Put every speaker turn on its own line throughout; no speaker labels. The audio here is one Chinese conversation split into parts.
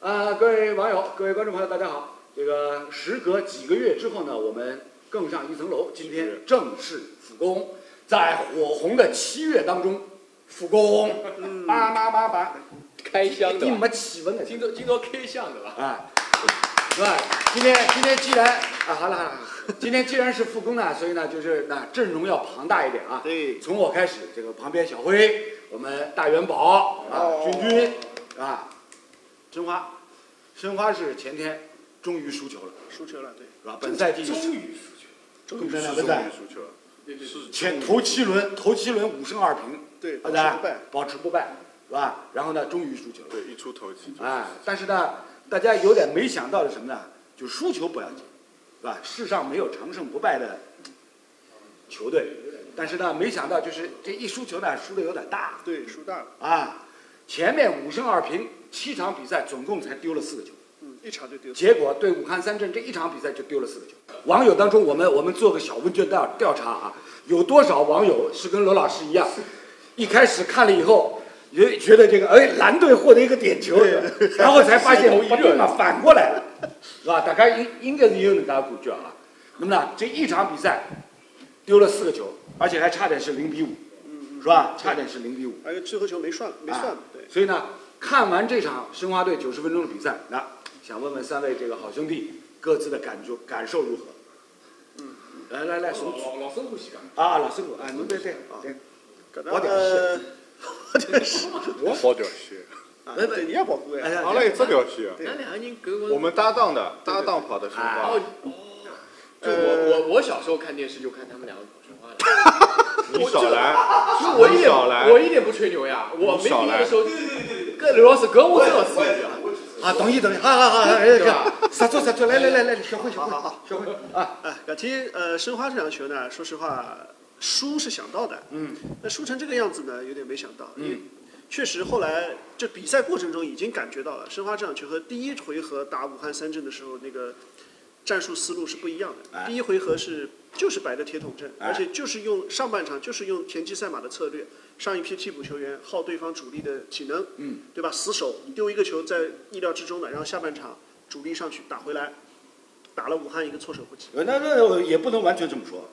啊，各位网友、各位观众朋友，大家好！这个时隔几个月之后呢，我们更上一层楼，今天正式复工，在火红的七月当中复工， 叭叭叭叭，
开箱
你
的吧，
们起文的
金多金多 K 箱的吧？
哎，对，今天今天既然啊，好了好了，今天既然是复工呢，所以呢，就是那阵容要庞大一点啊。
对
从我开始，这个旁边小辉，我们大元宝啊，
哦
君君啊，申花，申花是前天终于输球了，
输球了，对，
是吧？本赛季
终于输球，
终于两分赛，
输球了，
对对对，
前头七轮头七轮五胜二平，
对
大
保
家
持不败
保持不败，是吧？然后呢，终于输球了。
对，一出头起就
哎，但是呢，大家有点没想到的是什么呢？就输球不要紧，是吧？世上没有长胜不败的球队，但是呢，没想到就是这一输球呢，输的有点大
对，输大了，
啊。前面五胜二平，七场比赛总共才丢了四个球，
嗯，一场就丢，
结果对武汉三镇这一场比赛就丢了四个球。网友当中，我们我们做个小问卷调调查啊，有多少网友是跟罗老师一样，一开始看了以后，也觉得这个哎蓝队获得一个点球，然后才发现
心头一
不
热
对嘛，反过来了，是吧？大家应应该是有人家感觉啊。那么呢，这一场比赛丢了四个球，而且还差点是零比五，是吧？差点是零比五。
还有最后哎球没算，没算，
啊
对，
所以呢，看完这场申花队九十分钟的比赛，那想问问三位这个好兄弟各自的感觉感受如何？嗯，来来来，
老
从
老老生欢喜讲，
啊，老师傅啊，您对对对，
搿
我
能
屌
呃，
好屌丝。
啊对，你也保护
哎
哎，
呀
阿拉有只屌丝，
对
咱两个人搿
我
个，
们搭档的搭档跑的申花
哦，就我我我小时候看电视就看他们两个跑申花的，
你少来，
就我一
你
点
少来
我一点不吹牛呀，我没毕
少
业
来
的时候，跟刘老师搿我真的刺激啊，
啊，等一等一，好好好，哎，
对吧
这撒娇撒娇，来来来来，小慧小慧，
好好
小慧啊，
啊，搿天呃，申花这场球呢，说实话，输是想到的，
嗯，
那输成这个样子呢，有点没想到，
嗯
因为确实后来这比赛过程中已经感觉到了，申花这场球和第一回合打武汉三镇的时候那个战术思路是不一样的，
哎
第一回合是就是摆的铁桶阵，
哎
而且就是用上半场就是用田忌赛马的策略。上一批替补球员耗对方主力的体能，
嗯，
对吧？死守丢一个球在意料之中的，然后下半场主力上去打回来，打了武汉一个措手不及。
呃那那我也不能完全这么说，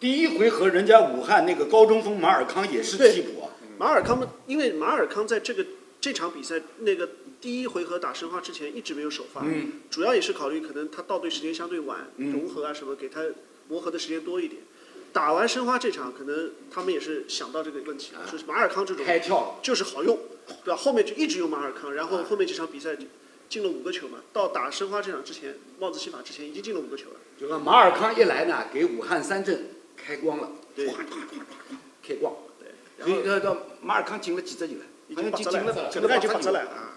第一回合人家武汉那个高中锋马尔康也是替补啊，
马尔康，因为马尔康在这个这场比赛那个第一回合打申花之前一直没有首发，
嗯
主要也是考虑可能他到队时间相对晚，
嗯
融合啊什么，给他磨合的时间多一点。打完申花这场，可能他们也是想到这个问题，
嗯
就是马尔康这种
开窍了，
就是好用，对吧？后面就一直用马尔康，然后后面这场比赛就进了五个球嘛，到打申花这场之前，帽子戏法之前已经进了五个球了。
这个马尔康一来呢，给武汉三镇开光了，
对
哗，开光。
对，然
所以
后
这这马尔康进了几只球了？
已
好像
经把
进
责
进
来
了
了，
进了
整个
八
已经把责
球
来了啊。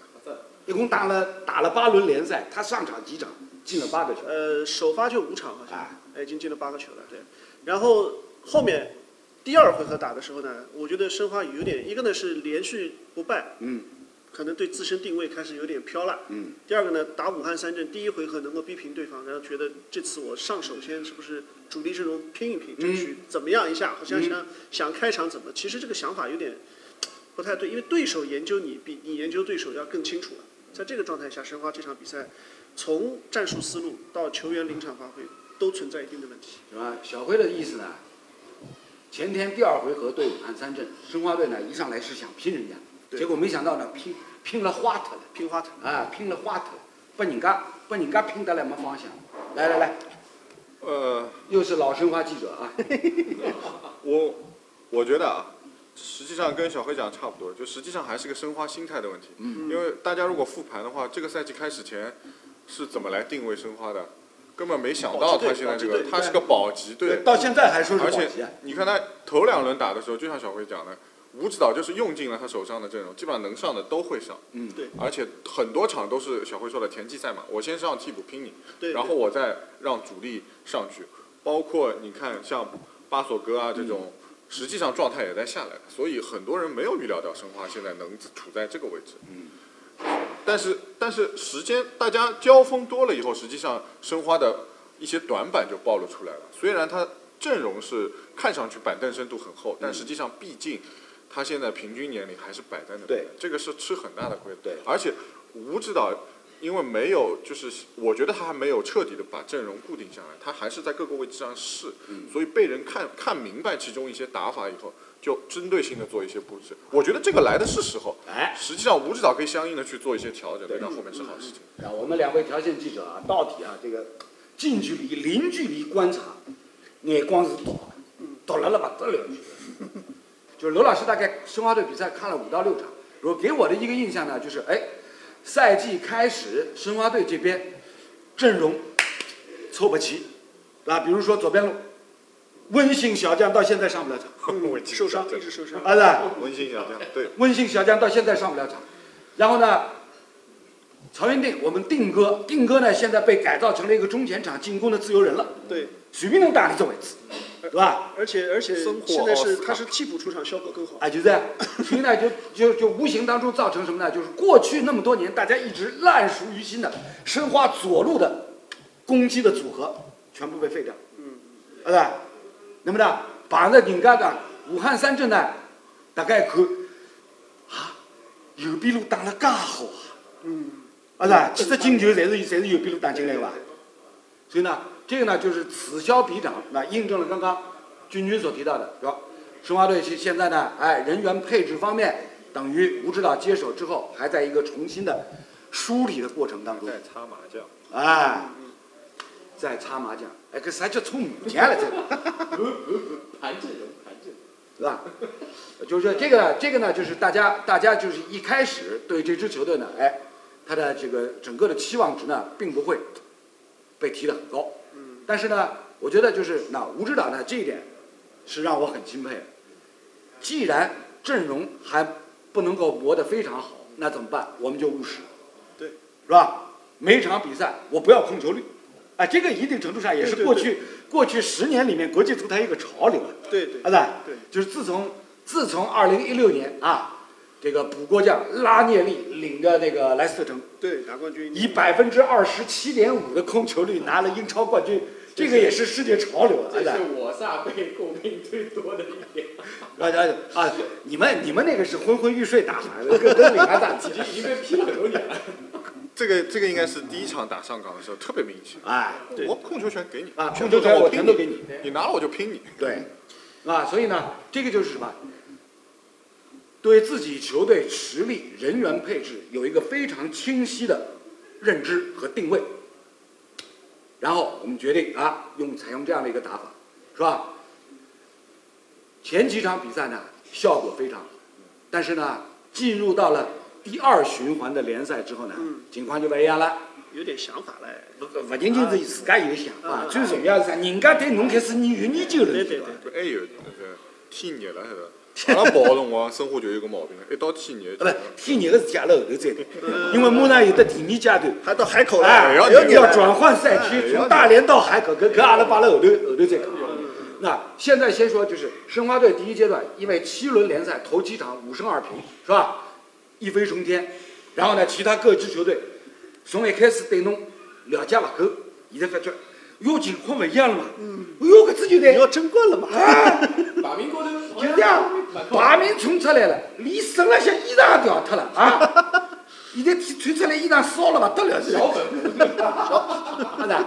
一共打了打了八轮联赛，他上场几场进了八个球。
呃，首发就五场好像
啊，
哎，已经进了八个球了。对，然后后面第二回合打的时候呢，我觉得申花有点，一个呢是连续不败，
嗯
可能对自身定位开始有点飘了。
嗯，
第二个呢，打武汉三镇第一回合能够逼平对方，然后觉得这次我上手先是不是主力阵容拼一拼，
嗯
争取怎么样一下？好像想想开场怎么？其实这个想法有点不太对，因为对手研究你比你研究对手要更清楚了。啊在这个状态下，申花这场比赛从战术思路到球员临场发挥都存在一定的问题。
是吧？小辉的意思呢，前天第二回合对武汉三镇，申花队呢一上来是想拼人家，
对
结果没想到呢拼拼了花特了，
拼花头，
啊，拼了花特了，把人家把人家拼得来没方向。来来来，
呃，
又是老申花记者 啊，
我我觉得啊，实际上跟小辉讲差不多，就实际上还是个申花心态的问题。嗯，因为大家如果复盘的话，这个赛季开始前是怎么来定位申花的，根本没想到
保级队
他现在这
保级，
个
队
他是个保级队，
到现在还说是
而
保
且
级啊，
你看他头两轮打的时候，就像小辉讲的，吴指导就是用尽了他手上的阵容，基本上能上的都会上。
嗯
对
而且很多场都是小辉说的田忌赛马，我先上替补拼你，
对，
然后我再让主力上去。包括你看像巴索戈啊这
嗯
种，实际上状态也在下来，所以很多人没有预料到申花现在能处在这个位置。
嗯。
但是但是时间大家交锋多了以后，实际上申花的一些短板就暴露出来了。虽然他阵容是看上去板凳深度很厚，但实际上毕竟他现在平均年龄还是摆在那边
对
的，这个是吃很大的亏的。
对
而且吴指导因为没有，就是我觉得他还没有彻底的把阵容固定下来，他还是在各个位置上试，
嗯
所以被人看看明白其中一些打法以后，就针对性的做一些布置。我觉得这个来的是时候，
哎，
实际上吴指导可以相应的去做一些调整，让后面是好 事情。
啊，我们两位条线记者啊，到底啊这个近距离、零距离观察，眼光是嗯到的，到了了不得了。就是罗老师大概申花队比赛看了五到六场，我给我的一个印象呢，就是哎，赛季开始申花队这边阵容凑不齐，啊，比如说左边路温馨小将到现在上不了场，
我已经
受伤一直受伤。
啊是吧？
温馨小将，对，
温馨小将到现在上不了场。然后呢，曹云定，我们定哥，定哥呢现在被改造成了一个中前场进攻的自由人了，
对，
随便能打这位置，对吧？
而且而且
生活哦
现在
奥
是
斯卡
他是替补出场效果更好。
哎，就这样，所以呢，就就就无形当中造成什么呢？就是过去那么多年大家一直烂熟于心的申花左路的攻击的组合，全部被废掉。嗯，对吧？那么呢，把那人家的武汉三镇呢，大概看啊，右边路打了介好啊。啊是吧？几只进球侪是侪是右边路打进来的吧？所以呢，这个呢就是此消彼长，那印证了刚刚君君所提到的，是吧？申花队现现在呢，哎，人员配置方面等于吴指导接手之后，还在一个重新的梳理的过程当中，
在擦麻将。
哎，在擦麻将，哎，搿啥叫搓麻将了？这个。
盘阵容，盘阵容。
是吧？呃就是说这个呢，这个呢，就是大家大家就是一开始对这支球队呢，哎，他的这个整个的期望值呢，并不会被提得很高。嗯。但是呢，我觉得就是那吴指导呢，这一点是让我很钦佩的。既然阵容还不能够磨得非常好，那怎么办？我们就务实，
对，
是吧？每场比赛我不要控球率，啊，这个一定程度上也是
对对
过
对
去过去十年里面国际足坛一个潮流。
对对
啊，吧？
对，
就是自从自从二零一六年啊，这个补锅匠拉涅利领着那个莱斯特城，
对，拿冠军。
以百分之二十七点五的控球率拿了英超冠军，这个也是世界潮流啊，
这
对吧？
是我萨被诟病最多的一点，
啊啊啊！你们你们那个是昏昏欲睡打法，跟跟 领航打
已经已经被批了很多年了。
这个这个应该是第一场打上港的时候特别明显。
哎，
我控球权给你
啊控球权我全都给你，
你拿了我就拼你。
对，啊，所以呢，这个就是什么？对自己球队实力、人员配置有一个非常清晰的认知和定位，然后我们决定啊，用采用这样的一个打法，是吧？前几场比赛呢，效果非常好，但是呢，进入到了第二循环的联赛之后呢，
嗯
情况就不一样了。
有点想法嘞。
不不不仅仅是自家有想
啊
法
啊，
最重要是啥？人家对侬开始有研究了，对
对对
吧
对？
就还有就是天热了，晓得伐？阿拉跑个辰光，生活就有一个毛病了，一到天热就
啊，不，天热个事体阿拉后头再谈，因为马上有的第二阶段，
还到海口了，
哎，
要
要
你
要转换赛区，
哎要
从
你
大连到海口，搿搿阿拉摆辣后头后头再讲。那现在先说，就是申花队第一阶段，因为七轮联赛头七场五胜二平，是吧？一飞冲天。然后呢，其他各支球队从一开始对侬了解勿够，现在发觉哟情况勿一样了嘛，哎哟搿支球队
你要争冠了嘛？
把民国都
就这样，把名冲出来了，连身那些衣裳也掉脱了啊！现在穿出来衣裳烧了不得了，小本啊呐，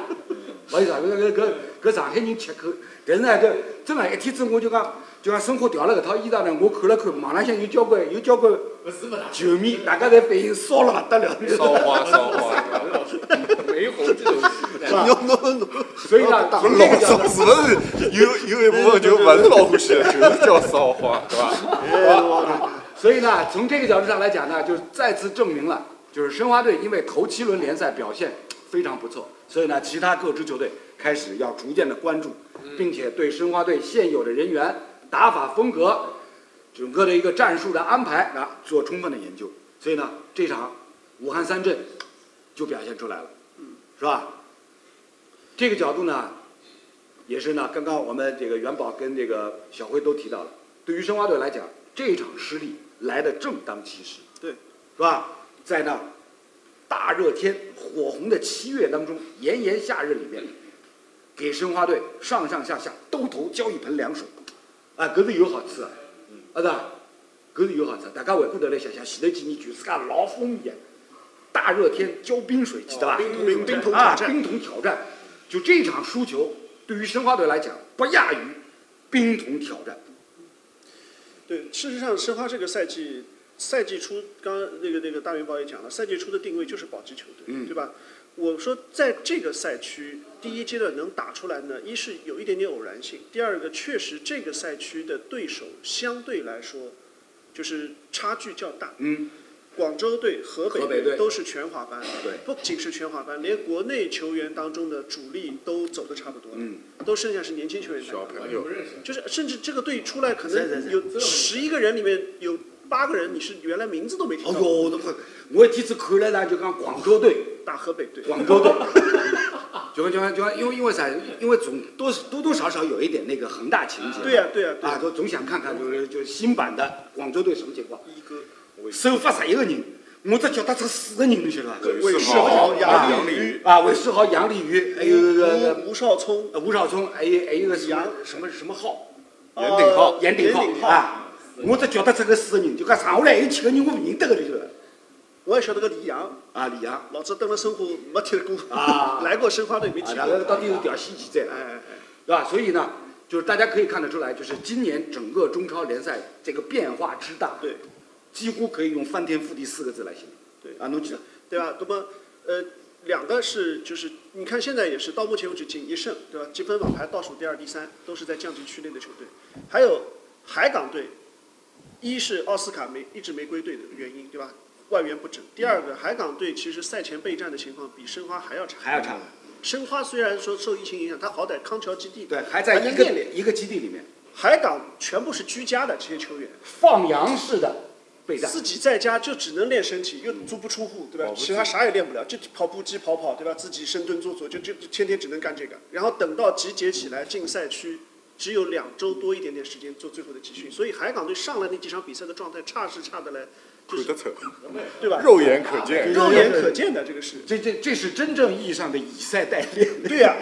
不好意思啊，搿搿搿搿上海人吃口，但是呢，搿真的，一天子我就讲，就讲生活调了搿套衣裳呢，我看了看，网浪向有交关有交关
不是不打，
球迷，大家侪反映烧了不得了，
烧花烧花。
玫红这种事不
吧
打。
no no no，
所以呢，
不是老烧是不是有有一部分就不是老欢喜的，就是叫烧花，对吧？
所以呢，从这个角度上来讲呢，就是再次证明了，就是申花队因为头七轮联赛表现非常不错，所以呢，其他各支球队开始要逐渐的关注，并且对申花队现有的人员、打法风格、整个的一个战术的安排啊做充分的研究。所以呢，这场武汉三镇就表现出来了，是吧？这个角度呢，也是呢，刚刚我们这个元宝跟这个小辉都提到了，对于申花队来讲，这一场失利来的正当其时，
对，
是吧？在那大热天、火红的七月当中，炎炎夏日里面，给申花队上上下下兜头浇一盆凉水，啊，搿是有好处啊，啊是吧？搿是有好处，大家回过头来想想，前头几年全世界老风靡啊，大热天浇冰水，记得吧？
冰桶冰
冰
桶
啊
挑，战
冰桶挑战，就这场输球，对于申花队来讲不亚于冰桶挑战。
对，事实上，申花这个赛季赛季初，刚刚那个那个大元宝也讲了，赛季初的定位就是保级球队，
嗯
对吧？我说在这个赛区第一阶段能打出来呢，一是有一点点偶然性，第二个确实这个赛区的对手相对来说就是差距较大。
嗯，
广州队、河北
河北队
都是全华班，
对
不仅是全华班，连国内球员当中的主力都走的差不多了，
嗯
都剩下是年轻球员在打
小
了。
朋友，
就是甚至这个队出来可
在在在
能有十一个人里面有八个人你是原来名字都没听
哦
到
哟，
过，
我都快我这次看了呢，就讲广州队，
打河北 队，
广州队， 就跟就跟就跟，因为因为啥？因为总多多多少少有一点那个恒大情节。
对呀、对呀、对
啊，
呀、
都总想看看就是就是新版的广州队什么情况。
一哥，
首发十一个人，我只叫得出四个人，你晓得伐？
韦世豪、杨立瑜，
啊，韦世豪、杨嗯立瑜，还有那个
吴吴少聪、
呃吴少聪，还有还有个什么
杨
什么什么浩，
严鼎浩
呃
严鼎
严鼎
浩
浩
啊，我只觉得这个四个人，就讲剩下来有七个人我不认得个就是了
我也晓得个李阳，
啊，李阳啊，
老子登了申花没踢过，
啊
来过申花队没踢
那
过，
个到底有点戏剧在了
哎，哎哎，
对吧？所以呢，就是大家可以看得出来，就是今年整个中超联赛这个变化之大，
对
几乎可以用翻天覆地四个字来形容。
对
啊，侬记得
对吧？那么呃，两个是就是你看现在也是到目前为止仅一胜，对吧？积分榜排倒数第二、第三，都是在降级区内的球队。还有海港队，一是奥斯卡没一直没归队的原因，对吧？外援不整。第二个，海港队其实赛前备战的情况比申花还要差。
还要差。
申花虽然说受疫情影响，他好歹康桥基地
嗯对，还在一
能
个
练练。
一个基地里面，
海港全部是居家的这些球员，
放羊式的备战。
自己在家就只能练身体，又足不出户，对吧？其他啥也练不了，就跑步机跑跑，对吧？自己深蹲做做，就就就天天只能干这个。然后等到集结起来进赛区，只有两周多一点点时间做最后的集训。所以海港队上来那几场比赛的状态差是差的嘞，就
看
是
得出，
对吧？
肉眼可见。
肉眼可见的这个是，
这这这是真正意义上的以赛代练。
对呀、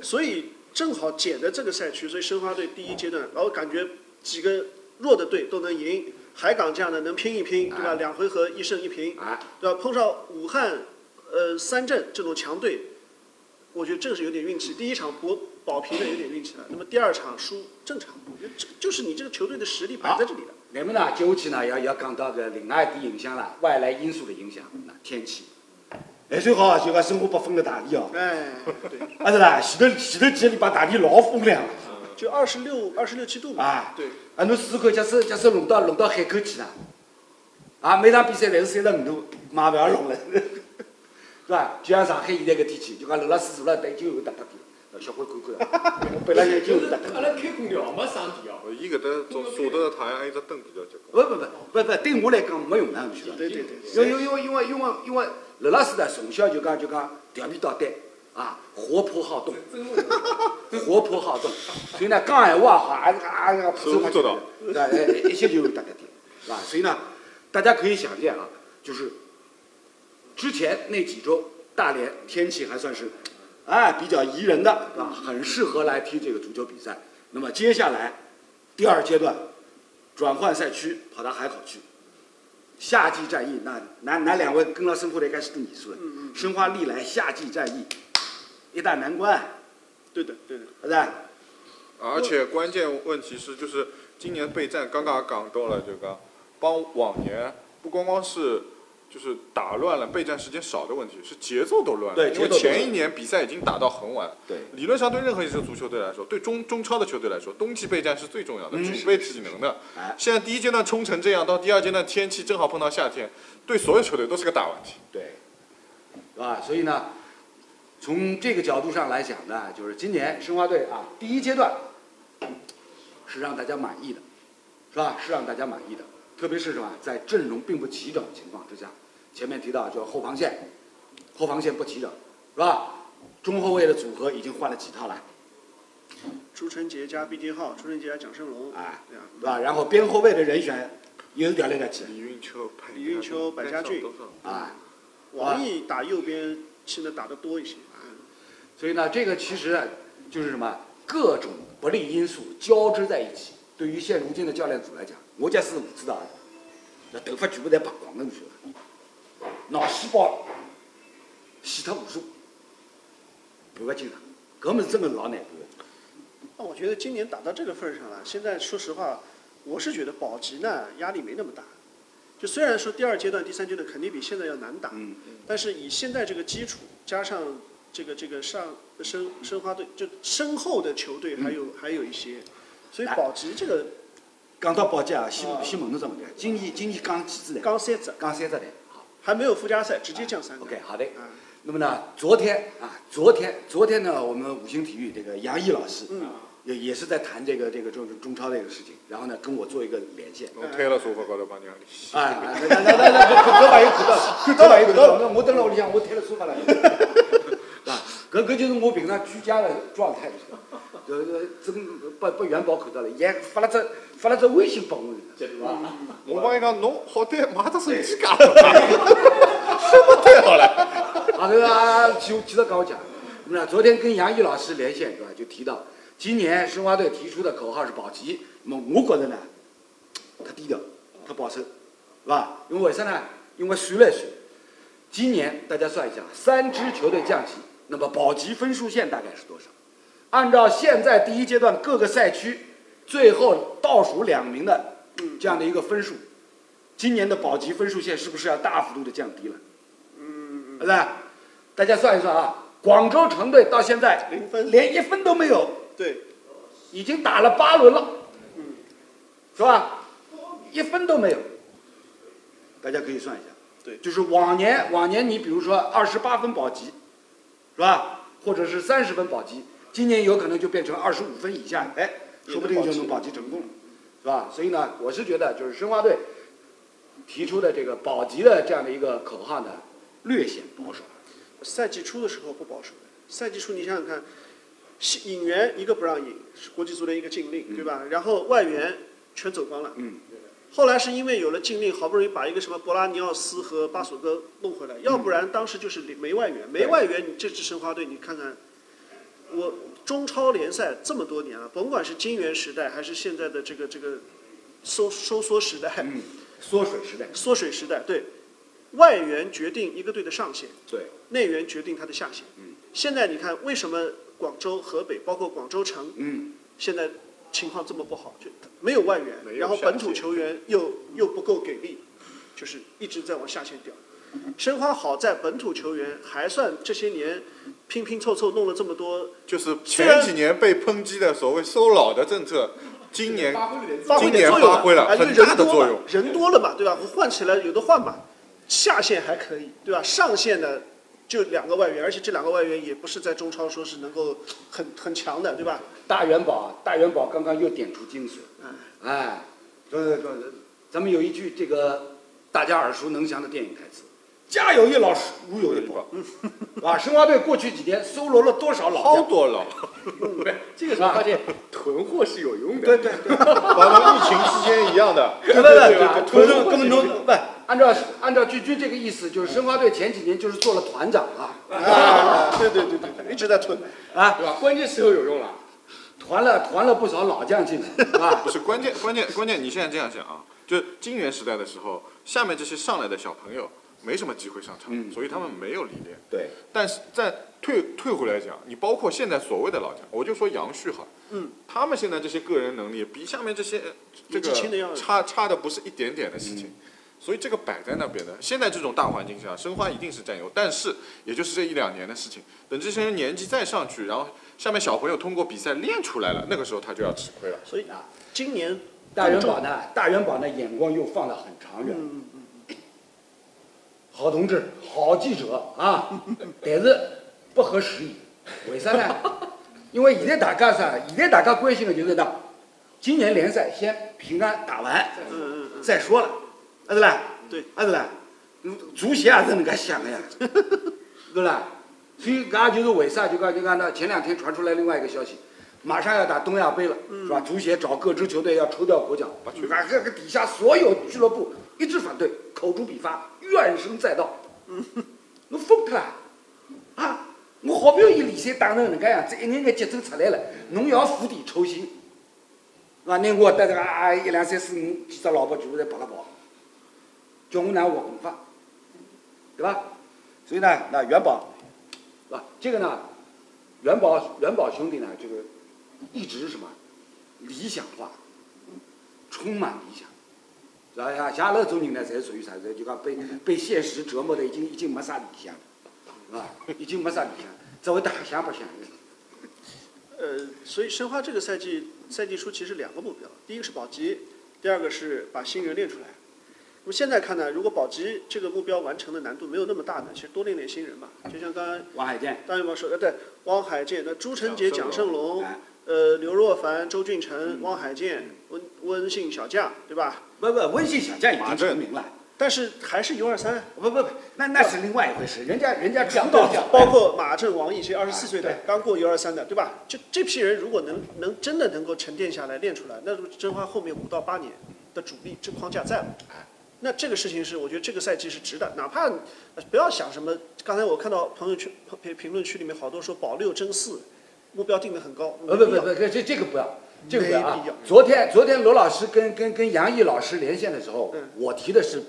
所以正好解的这个赛区，所以申花队第一阶段，然后感觉几个弱的队都能赢，海港这样的能拼一拼，对吧？两回合一胜一平，
哎，
对吧？碰上武汉、呃三镇这种强队，我觉得正是有点运气。第一场博保平的有点运气了，那么第二场输正常，我觉得这个就是你这个球队的实力摆在这里了。
那么呢，接下去呢，要要讲到个另外一点影响啦，外来因素的影响，那天气。哎，最好就讲生活不分的大地哦，
哎，对，
啊是啦，前头前头几个礼拜大地老风凉了，
就二十六、二十六七度吧。
啊
对，
啊侬试试看，假使假使弄到弄到海口去啦，啊每场比赛侪是三十五度，妈勿要弄了， 是吧？就像上海现在个天气，就讲楼拉水坐了，但已经有哒哒地了， 小辉看看，我本来就已经有哒哒地了
阿。拉开空调没省电哦。
伊搿搭坐坐得太阳，一只灯比较结棍。
不不不不不，对我来讲没用的，你晓得伐？
对对对。
因为因为因为因为因为刘老师呢，从小就讲就讲调皮捣蛋啊，活泼好动， 活泼好动，所以呢，讲闲话好，啊啊啊，普通话
手舞足蹈
对吧？哎，哎一些就有特点，是吧？所以呢，大家可以想见啊，就是之前那几周大连天气还算是，哎，比较宜人的，是吧？很适合来踢这个足球比赛。那么接下来第二阶段转换赛区跑到海口去。夏季战役，那哪哪两位跟了申花队该是你说了。申花历来夏季战役一大难关，
对的，对的。
是吧？啊
而且关键问题是，就是今年备战刚刚讲到了，就讲帮往年不光光是就是打乱了备战时间少的问题，是节奏都乱了。
对
因
节奏
为
都乱
前一年比赛已经打到很晚。
对
理论上对任何一支足球队来说，对中中超的球队来说，冬季备战是最重要的，
嗯
储备体能的
哎。
现在第一阶段冲成这样，到第二阶段天气正好碰到夏天，对所有球队都是个大问题。
对，是吧？所以呢，从这个角度上来讲呢，就是今年申花队啊，第一阶段是让大家满意的，是吧？是让大家满意的，特别是什么，在阵容并不齐整的情况之下，前面提到就是后防线，后防线不齐整，是吧？中后卫的组合已经换了几套了，
朱晨杰加毕金浩，朱晨杰加蒋胜龙，
哎，
对啊，
是吧？然后边后卫的人选也是掉来掉去
李云秋、白
李云秋白家俊
都上
啊。
王毅打右边现在打得多一些。嗯
所以呢，这个其实就是什么各种不利因素交织在一起。对于现如今的教练组来讲，我家是五知道的，那头发全部在白光的，你说，脑细胞洗脱无数，不要紧了，搿么是真的老难办的。
那我觉得今年打到这个份儿上了，现在说实话，我是觉得保级呢压力没那么大。就虽然说第二阶段、第三阶段肯定比现在要难打，
嗯
但是以现在这个基础，加上这个这个上申申花队就身后的球队还
嗯
有、还有一些，所以保级这个
讲到保级啊，先
啊
先问侬只问题，今年今年降几只来？
刚三折，
降三只来。好
还没有附加赛，直接降三个。
OK，好的。
啊，
那么呢，昨天啊，昨天昨天呢，我们五星体育这个杨毅老师，
嗯，
也也是在谈这个这个中中超这个事情，然后呢跟我做一个连线。
侬推了沙发高头帮人家里洗。
啊，那那那那那搿朋友看到了，搿朋友看到了，我蹲辣屋里向，我推了沙发了， 是吧？搿搿就是我平常居家的状态， 就是搿搿真把把元宝看到了，也发了只发了只微信拨我，晓得伐？
我帮伊讲，侬好歹买只手机架吧， 什么太好了。
好的啊，继继续跟我讲。我们俩昨天跟杨毅老师连线，对吧？就提到今年申花队提出的口号是保级。那么我觉得呢，嘖太低调，太保守，是吧？因为为啥呢？因为算了算，今年大家算一下，三支球队降级，那么保级分数线大概是多少？按照现在第一阶段各个赛区最后倒数两名的这样的一个分数，今年的保级分数线是不是要大幅度的降低了？
嗯，
是吧？大家算一算啊，广州城队到现在
零分
连一分都没有，
对，
已经打了八轮了，是吧？一分都没有，大家可以算一下。
对
就是往年往年你比如说二十八分保级，是吧？或者是三十分保级，今年有可能就变成二十五分以下，哎，说不定就能保级成功了，是吧？所以呢，我是觉得就是申花队提出的这个保级的这样的一个口号呢，略显保守。
赛季初的时候不保守的，赛季初你想想看，西引援一个不让引，是国际足联一个禁令，对吧？然后外援全走光了。
嗯。
后来是因为有了禁令，好不容易把一个什么博拉尼奥斯和巴索戈弄回来，要不然当时就是没外援，嗯没外援，你这支申花队，你看看，我中超联赛这么多年了，甭管是金元时代还是现在的这个这个收收缩时代、
嗯，缩水时代。
缩水时代，对，外援决定一个队的上限。
对，
内援决定它的下限。
嗯
现在你看，为什么广州、河北，包括广州城，
嗯，
现在情况这么不好？就没有外援，
没有
然后
下
本土
限
球员又又不够给力，就是一直在往下线掉。申花好在本土球员还算这些年拼拼凑凑弄了这么多，
就是前几年被抨击的所谓收老的政策，今年
发挥了点作
发挥
今
点
年
作用
发挥了
哎因为
很大
人
的
多
作
嘛
用，
人多了嘛，对吧？换起来有的换嘛，下线还可以，对吧？上线呢就两个外援，而且这两个外援也不是在中超说是能够很很强的，对吧？
大元宝，大元宝刚刚又点出精髓。哎，对对对，咱们有一句这个大家耳熟能详的电影台词：“家有一老，如有一宝。”啊，申花队过去几年搜罗了多少老
好
将？
多老。
不是这个时候发现囤货是有用的。
对对对，
完了，疫情期间一样的，
对对对，根
对对
本根
对
本都不按照按照句句这个意思，就是申花队前几年就是做了团长啊，
啊，对对对对对，一直在囤。
啊，
对吧？关键时候有用了。
团了团了不少老将进来啊
不，是关键，关键，关键，你现在这样想啊，就是金元时代的时候，下面这些上来的小朋友没什么机会上场，
嗯
所以他们没有历练。
对，
但是在退退回来讲，你包括现在所谓的老将，我就说杨旭哈，
嗯，
他们现在这些个人能力比下面这些呃这
年纪轻的要
个差差的不是一点点的事情。所以这个摆在那边的，现在这种大环境下，申花一定是占优，但是也就是这一两年的事情。等这些人年纪再上去，然后下面小朋友通过比赛练出来了，那个时候他就要吃亏了。
所以啊今年
大元宝呢，大元宝呢眼光又放得很长远。
嗯，
好同志、好记者 啊，但是不合时宜。为啥呢？因为现在大家啥？现在大家关心的就是那，今年联赛先平安打完，
嗯嗯
再说了，啊对啦，
对，
啊对啦，嗯足协也是能介想的呀，对啦。所以搿也就是为啥就讲就讲呢，前两天传出来另外一个消息，马上要打东亚杯了，是吧？足协找各支球队要抽调国脚，把
嗯
各个底下所有俱乐部一致反对，口诛笔伐，怨声载道。侬疯脱啦！啊，我好不容易联赛打成搿能介样子，一眼眼节奏出来了，侬也要釜底抽薪，是吧？拿我带着啊一两三四五几只老婆全部侪跑了跑，叫我哪活弄法？对吧？所以呢，那元宝，啊，这个呢，元宝元宝兄弟呢，这个一直是什么理想化，充满理想，是吧？像像阿拉这种人呢，侪属于啥？侪就讲被被现实折磨的，已经已经没啥理想了，是吧？已经没啥理想，只会得瞎想白想。
呃，所以申花这个赛季赛季初其实两个目标，第一个是保级，第二个是把新人练出来。那么现在看呢，如果保级这个目标完成的难度没有那么大呢，其实多练练新人嘛。就像刚刚
王海剑，
大元宝说的，呃对，汪海剑、那朱晨杰、
蒋
蒋
胜
胜龙、嗯
哎，
呃刘若凡、周俊辰、汪海剑、温温信小将，对吧？
不不，温信小将已
马
经
震
成名了，
但是还是一二三，
不不不，那那是另外一回事，人家人家主
包
导奖
包括马震、王毅这二十四岁
哎
的
对
刚过一二三的，对吧？这这批人如果能能真的能够沉淀下来练出来，那申花后面五到八年的主力这框架在了。
哎
那这个事情是，我觉得这个赛季是值的，哪怕呃不要想什么。刚才我看到朋友圈评评论区里面好多说保六争四，目标定得很高。
呃，不不不，这这这个不要，这个不要
没
啊
必要！
昨天昨天罗老师跟跟跟杨毅老师连线的时候
嗯，
我提的是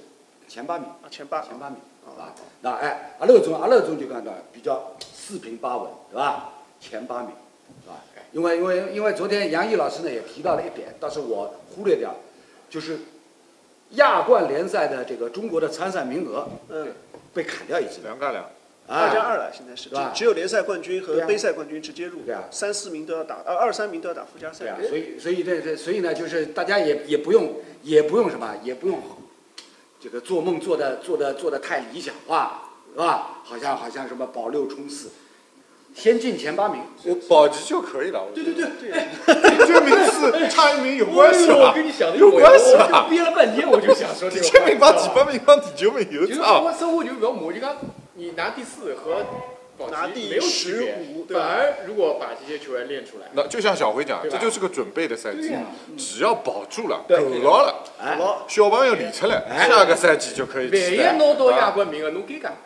前八名，
啊，前八
前八名，好吧
啊，？
那哎，阿乐总阿乐总就看到比较四平八稳，对吧？前八名，是吧？因为因为因为昨天杨毅老师呢也提到了一点，但是我忽略掉，就是亚冠联赛的这个中国的参赛名额
嗯，
被砍掉一次，
两杠两，
二加
啊，
二了，现在是
对吧
只只有联赛冠军
对
和
啊
杯赛冠军直接入
对啊，
三四名都要打，呃，二三名都要打附加赛
对。啊，所以所以这这所以呢，就是大家也也不用也不用什么，也不用这个做梦做的做的做的太理想化，是吧？好像好像什么保六冲四，先进前八名，
我保级就可以了。对对对，
对呀。
这名次差一名有关系
哎我
吧？
跟你想的
有
模一样
关系吧
我就憋了半天，我就想说
第
这个话。
七名帮
你
第
知道吧
八名帮第九名有
就是
差。
说生活就比较模，就刚你拿第四和保级
拿第
没有区别
15对
反
吧
而如果把这些球员练出来，
那就像小辉讲，
对
这
吧
就是个准备的赛季
对呀，
只要保住了，
对
够牢了，
哎，
好，
小朋友理出来，下个赛季就可以
万
期
一
待。
拿到亚
啊
冠名额，侬该干嘛？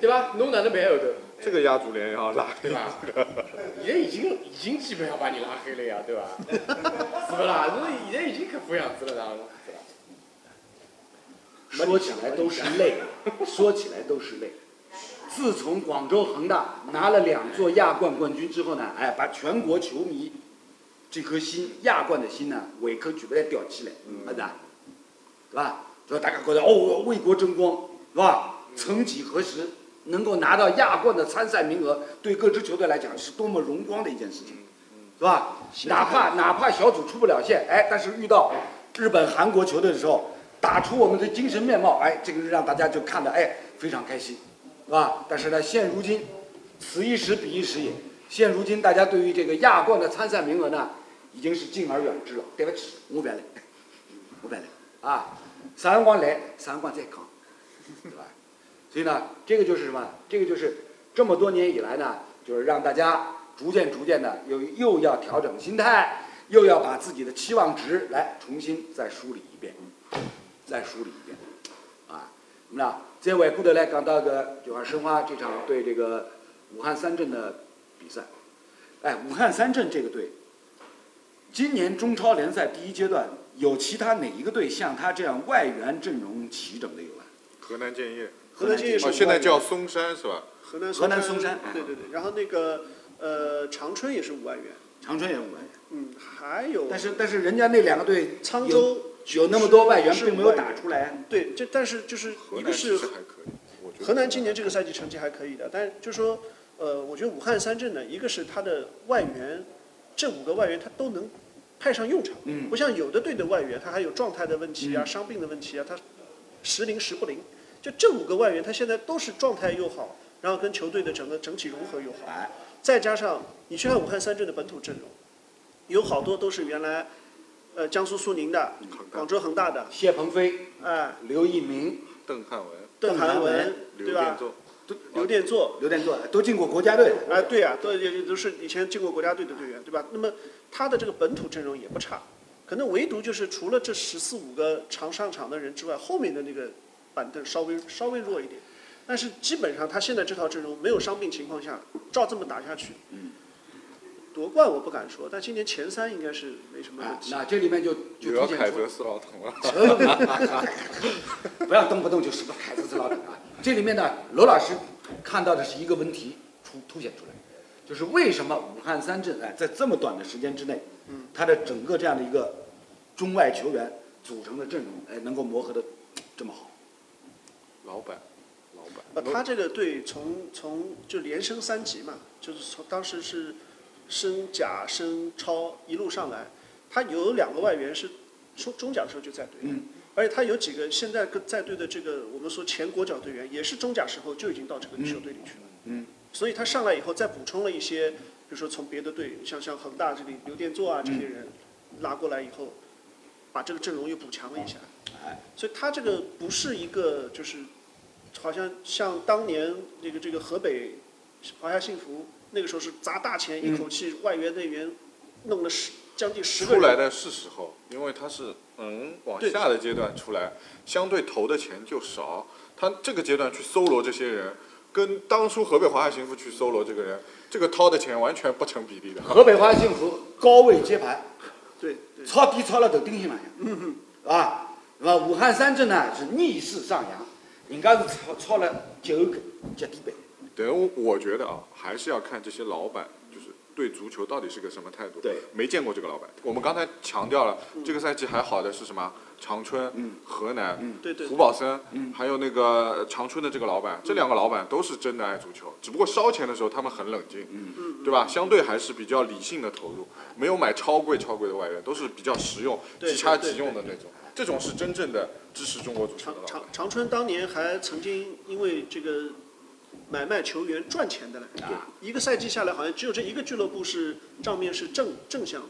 对吧？侬哪能办后头？
这个亚足联要拉
对吧？现在已经已经基本上把你拉黑了呀，对吧？是不啦？那现在已经可副样子了，哪能是吧？
说起来都是泪，说起来都是泪。自从广州恒大拿了两座亚冠冠军之后呢，哎，把全国球迷这颗心，亚冠的心呢，为可全部来吊起来，儿子、是吧？说大家觉得哦，为国争光，是吧？曾几何时，能够拿到亚冠的参赛名额，对各支球队来讲是多么荣光的一件事情，是吧？哪怕哪怕小组出不了线，哎，但是遇到日本、韩国球队的时候，打出我们的精神面貌，哎，这个让大家就看得哎非常开心，是吧？但是呢，现如今，此一时彼一时也。现如今，大家对于这个亚冠的参赛名额呢，已经是敬而远之了。对不起，我不要来，我不要来啊！啥辰光来，啥辰光再讲，对吧？所以呢，这个就是什么？这个就是这么多年以来呢，就是让大家逐渐逐渐的又又要调整心态，又要把自己的期望值来重新再梳理一遍，再梳理一遍，啊，那再回过头来讲到个，就讲申花这场对这个武汉三镇的比赛，哎，武汉三镇这个队，今年中超联赛第一阶段有其他哪一个队像他这样外援阵容齐整的有吗？
河南建业，
河南建业
哦，
是
现在叫嵩山是吧？
河南
河南嵩山哎
山，对对对，然后那个呃长春也是五万元，
长春也有外援。
嗯，还有
但是但是人家那两个队
沧
有
州
有那么多外援
是
并没有打出来，
对，这但是就是
河
一
南
个
其
是
实还可以，我觉得
河南今年这个赛季成绩还可以的，但就说呃，我觉得武汉三镇呢，一个是他的外援，这五个外援他都能派上用场，
嗯
不像有的队的外援他还有状态的问题啊、
嗯
伤病的问题啊，他时灵时不灵。就这五个外援，他现在都是状态又好，然后跟球队的整个整体融合又好。
哎，
再加上你去看武汉三镇的本土阵容，有好多都是原来，呃，江苏苏宁的、
嗯
广州恒大的，
谢鹏飞、
哎、
刘一鸣、
邓汉文、
嗯邓
邓
涵
涵
文
文，
刘
对啊
殿
吧？
座，
刘殿座，
刘殿座都进过国家队的，
啊、对呀、都也也都是以前进过国家队的队员，对吧？那么他的这个本土阵容也不差，可能唯独就是除了这十四五个常上场的人之外，后面的那个板凳稍微稍微弱一点，但是基本上他现在这套阵容没有伤病情况下，照这么打下去，夺冠我不敢说，但今年前三应该是没什么
哎
问，题。
那这里面就就
又要
凸显
凯
出
泽斯老统了。
不要动不动就什么凯子之老板啊，这里面呢，罗老师看到的是一个问题出凸显出来，就是为什么武汉三镇哎在这么短的时间之内，他的整个这样的一个中外球员组成的阵容哎能够磨合的这么好，
老板，老
呃，
板，
他这个队从从就连升三级嘛，就是从当时是升甲升超一路上来，他有两个外援是中中甲的时候就在队，
嗯
而且他有几个现在跟在队的这个我们说前国脚队员也是中甲时候就已经到这个球队里去了，
嗯
所以他上来以后再补充了一些，比如说从别的队，像像恒大这里刘殿座啊这些人拉过来以后，把这个阵容又补强了一下，
嗯
哎，
所以他这个不是一个就是好像像当年那个这个河北华夏幸福那个时候是砸大钱，一口气外援内援弄了十将近十个
嗯出
人，
来的是时候，因为他是嗯往
对
下的阶段出来，相对投的钱就少。他这个阶段去搜罗这些人，跟当初河北华夏幸福去搜罗这个人，这个掏的钱完全不成比例的。
河北华夏幸福高位接盘，
对对
抄底抄了头顶心上扬，啊，那么武汉三镇呢是逆势上扬，人家是抄抄了九个脚底板，
对，我我觉得啊，还是要看这些老板，就是对足球到底是个什么态度。
对，
没见过这个老板。我们刚才强调了，这个赛季还好的是什么？长春、河南、
对对
胡宝森，还有那个长春的这个老板，这两个老板都是真的爱足球，只不过烧钱的时候他们很冷静，
嗯
对吧？相对还是比较理性的投入，没有买超贵超贵的外援，都是比较实用、
对
即插
对对
即用的那种。这种是真正的支持中国足球
长
的老
长
板。
长春当年还曾经因为这个买卖球员赚钱的嘞，一个赛季下来好像只有这一个俱乐部是账面是正正向的，